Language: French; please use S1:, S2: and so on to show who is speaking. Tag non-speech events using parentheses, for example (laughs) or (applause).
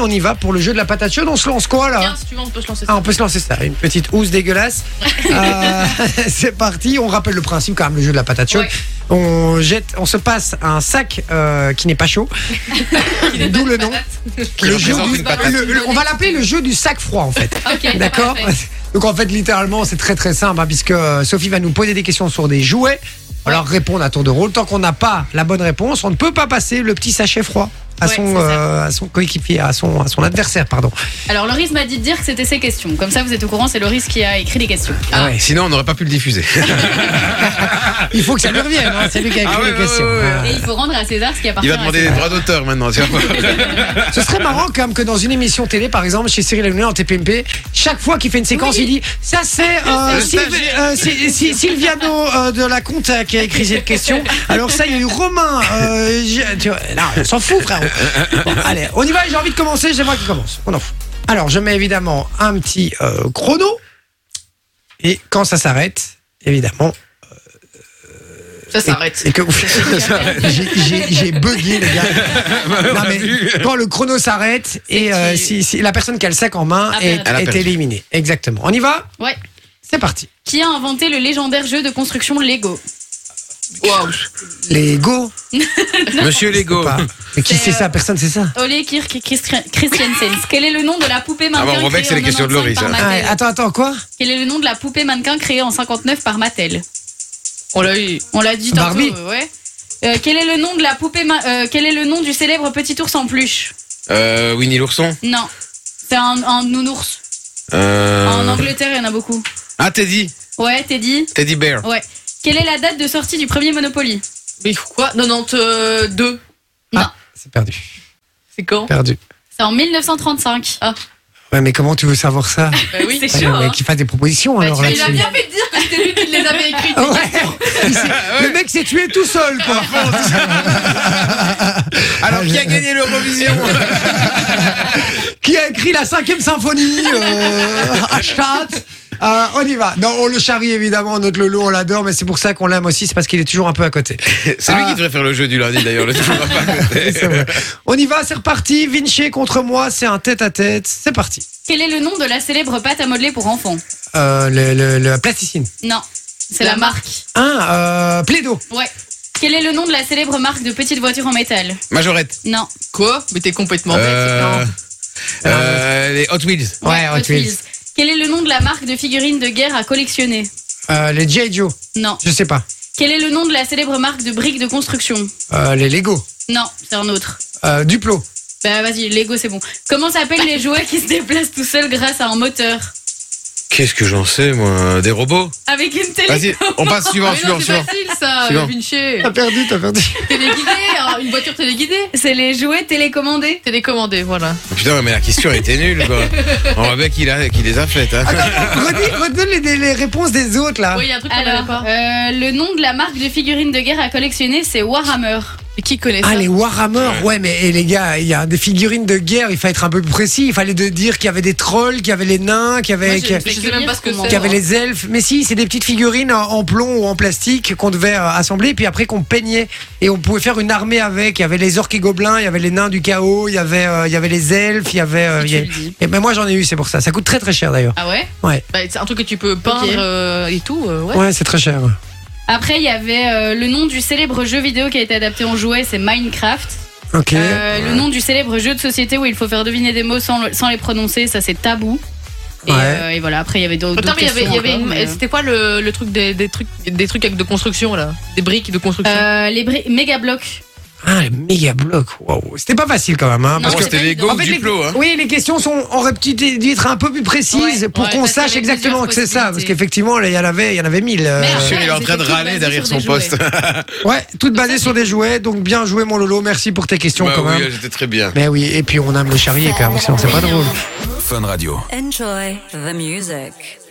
S1: on y va pour le jeu de la patate chaude. On se lance quoi là
S2: Tiens, si tu veux, on peut se lancer
S1: Ah,
S2: ça.
S1: on peut se lancer ça, une petite housse dégueulasse. Euh, (laughs) c'est parti, on rappelle le principe quand même, le jeu de la patate chaude.
S2: Ouais.
S1: On jette, on se passe un sac euh, qui n'est pas
S3: (laughs)
S1: chaud. D'où le nom.
S3: Qui représente une patate. Ah,
S1: le- le- on va l'appeler le jeu du sac froid en fait. (laughs)
S2: Ok,
S1: D'accord
S2: parfait.
S1: Donc en fait littéralement c'est très très simple hein, puisque euh, Sophie va nous poser des questions sur des jouets. On va leur répondre à tour de rôle. Tant qu'on n'a pas la bonne réponse, on ne peut pas passer le petit sachet froid à
S2: Ouais,
S1: son
S2: c'est ça.
S1: euh, à son coéquipier, à son à son adversaire pardon.
S2: Alors, Loris m'a dit de dire que c'était ses questions. Comme ça, vous êtes au courant, c'est Loris qui a écrit les questions.
S3: Ah, Sinon, on n'aurait pas pu le diffuser.
S1: Il faut que ça lui revienne. hein, c'est lui qui a écrit
S3: Ah ouais,
S1: les
S3: ouais,
S1: questions.
S3: ouais, ouais.
S2: Et il faut rendre à César ce qui appartient
S3: (laughs) Il va
S2: à
S3: demander des
S2: César.
S3: droits d'auteur maintenant. tu vois.
S1: Ce serait marrant quand même que dans une émission télé, par exemple, chez Cyril Hanouna en TPMP, chaque fois qu'il fait une séquence, il dit ça c'est euh,
S3: Le
S1: Sylvi-
S3: stagiaire.
S1: euh, Sy- Sy- Sylviano euh, de la Conta qui a écrit cette question. Alors ça, il y a eu Romain. Euh, j'ai- tu vois, non, on s'en fout, frère. Bon, allez, on y va. J'ai envie de commencer. J'aimerais qu'il commence. On en fout. Alors, je mets évidemment un petit euh, chrono. Et quand ça s'arrête, évidemment,
S2: Ça s'arrête.
S1: et que (laughs) j'ai- j'ai- j'ai bugué les gars. Non, mais quand le chrono s'arrête et euh,
S2: qui-
S1: si, si la personne qui a le sac en main
S2: Ah,
S1: est,
S2: perdu.
S3: Elle a
S1: est
S3: perdu.
S1: éliminée. Exactement. On y va
S2: Ouais.
S1: C'est parti.
S2: Qui a inventé le légendaire jeu de construction Lego Wow.
S1: Les go.
S3: Monsieur Lego.
S1: Pas. Mais qui c'est
S2: C'est, euh,
S1: ça Personne c'est ça
S2: Ole Kirk Christian- Christiansen. Quel est le nom de la poupée
S3: Ah bon,
S2: mannequin
S3: on remet que
S2: créée
S3: c'est les
S2: en
S3: questions de
S2: 95
S3: Loris,
S2: par
S3: hein.
S1: Ah,
S2: Mattel
S1: Attends, attends, quoi
S2: Quel est le nom de la poupée mannequin créée en 59 par Mattel On l'a eu. On l'a dit tantôt,
S1: Barbie.
S2: euh, ouais. Euh, quel est le nom de la poupée ma- euh, Quel est le nom du célèbre petit ours en peluche
S3: Euh, Winnie l'ourson.
S2: Non. C'est un, un nounours.
S3: Euh,
S2: En Angleterre, il y en a beaucoup.
S3: Ah, Teddy.
S2: Ouais, Teddy.
S3: Teddy Bear.
S2: Ouais. Quelle est la date de sortie du premier Monopoly
S4: Mais quoi 92
S1: C'est perdu.
S4: C'est quand
S1: Perdu.
S2: C'est en 1935. Ah,
S1: Ouais, mais comment tu veux savoir ça
S4: Bah oui.
S2: c'est
S1: Ouais,
S2: chaud.
S1: mais
S2: hein.
S1: Qu'il fasse des propositions alors
S2: tu- il
S1: là-dessus.
S2: a bien
S4: fait de dire que c'était lui qui les avait écrites.
S1: Ouais. Il s'est- Le mec s'est tué tout seul, quoi.
S3: Alors, qui a gagné l'Eurovision
S1: qui a écrit la cinquième symphonie euh, à Stadt. (laughs) Euh, on y va. Non, on le charrie évidemment, notre Lolo, on l'adore, mais c'est pour ça qu'on l'aime aussi, c'est parce qu'il est toujours un peu à (laughs) côté.
S3: (laughs) C'est lui
S1: Ah.
S3: qui devrait faire le jeu du lundi d'ailleurs. Le toujours pas à
S1: (laughs)
S3: côté.
S1: C'est vrai. On y va, c'est reparti. Vinci contre moi, c'est un tête à tête. C'est parti.
S2: Quel est le nom de la célèbre pâte à modeler pour enfants
S1: Euh, le, le, le plasticine.
S2: Non. C'est
S4: La
S2: la, marque.
S1: Hein, euh, plaido.
S2: Ouais. Quel est le nom de la célèbre marque de petites voitures en métal
S3: Majorette.
S2: Non.
S4: Quoi Mais t'es complètement bête.
S3: Euh,
S4: non.
S3: euh, les Hot Wheels.
S1: Ouais, Hot Wheels.
S2: Hot Wheels. Quel est le nom de la marque de figurines de guerre à collectionner
S1: Euh, les G.I. Joe.
S2: Non.
S1: Je sais pas.
S2: Quel est le nom de la célèbre marque de briques de construction
S1: Euh, les Lego.
S2: Non, c'est un autre.
S1: Euh, Duplo.
S2: Bah vas-y, Lego c'est bon. Comment s'appellent les jouets qui se déplacent tout seuls grâce à un moteur
S3: Qu'est-ce que j'en sais moi Des robots
S2: Avec une télé
S3: Vas-y, on passe
S4: Ah, Mais
S3: ah, suivant,
S4: non,
S3: suivant,
S4: c'est
S3: suivant.
S4: facile ça, euh,
S3: Suivant.
S4: Vinci.
S1: T'as perdu, t'as perdu.
S4: Téléguidé, hein, une voiture téléguidée.
S2: C'est les jouets télécommandés.
S4: Télécommandée, voilà.
S3: Putain, mais la question était nulle quoi. On voit bien qu'il a- qu'il les a faites.
S1: Ah, (laughs)
S3: hein.
S1: Redis, redonne les, les réponses des autres là.
S4: Oui, il y a un truc qu'on
S2: Alors,
S4: avait pas.
S2: euh, le nom de la marque de figurines de guerre à collectionner, c'est Warhammer.
S4: Mais euh, Qui connaît ça
S1: Ah, les Warhammer, ouais, mais et les gars, il y a des figurines de guerre, il fallait être un peu plus précis. Il fallait de dire qu'il y avait des trolls, qu'il y avait les nains, qu'il y avait,
S4: Moi,
S1: qu'il y
S4: je,
S1: a-
S4: je sais même pas ce que
S1: qu'il y
S4: c'est.
S1: avait les elfes. Mais si, c'est des petites figurines en en plomb ou en plastique qu'on devait euh, assembler, et puis après qu'on peignait. Et on pouvait faire une armée avec. Il y avait les orques et gobelins, il y avait les nains du chaos, il y avait, euh, il y avait les elfes, il y avait. euh, il y
S4: Tu
S1: a-
S4: le dis.
S1: Et ben moi j'en ai eu, c'est pour ça. Ça coûte très très cher d'ailleurs.
S4: Ah ouais
S1: Ouais.
S4: Bah, C'est un truc que tu peux peindre
S2: Ok.
S4: euh, et tout, euh, ouais.
S1: Ouais, c'est très cher.
S2: Après, il y avait euh, le nom du célèbre jeu vidéo qui a été adapté en jouet, c'est Minecraft.
S1: Ok.
S2: Euh, Le nom du célèbre jeu de société où il faut faire deviner des mots sans, le- sans les prononcer, ça c'est tabou. Et,
S1: Ouais.
S2: euh, et voilà, après il y avait d'autres.
S4: Attends, mais il y avait,
S2: questions
S4: il y avait
S2: encore,
S4: une-
S2: mais, euh,
S4: c'était quoi le, le truc des, des trucs des trucs avec de construction là, des briques de construction.
S2: euh, les bri- méga blocs.
S1: Ah, les méga blocs. Waouh. C'était pas facile quand même, hein,
S2: Non,
S1: parce
S3: Parce
S1: que
S3: que c'était les Go
S1: En fait, les-
S3: Duplo. Hein.
S1: Oui, les questions sont auraient dû dû être un peu plus précises
S4: Ouais,
S1: pour
S4: ouais,
S1: qu'on
S4: parce qu'il y
S1: sache
S4: avait
S1: exactement
S4: plusieurs
S1: que c'est ça, parce
S4: possibilités.
S1: qu'effectivement, là, il y en avait, il y en avait mille. euh,
S2: Merde.
S3: Monsieur, il est en train de
S2: C'était tout
S3: râler
S2: basé
S3: derrière
S2: sur
S3: son
S2: des
S3: poste.
S1: ouais, toutes basées sur des jouets, donc bien joué mon Lolo, merci pour tes questions
S3: Bah
S1: quand même.
S3: oui, j'étais très bien.
S1: Mais oui, et puis on aime le charrier quand même, sinon c'est pas drôle.
S5: Enjoy the music.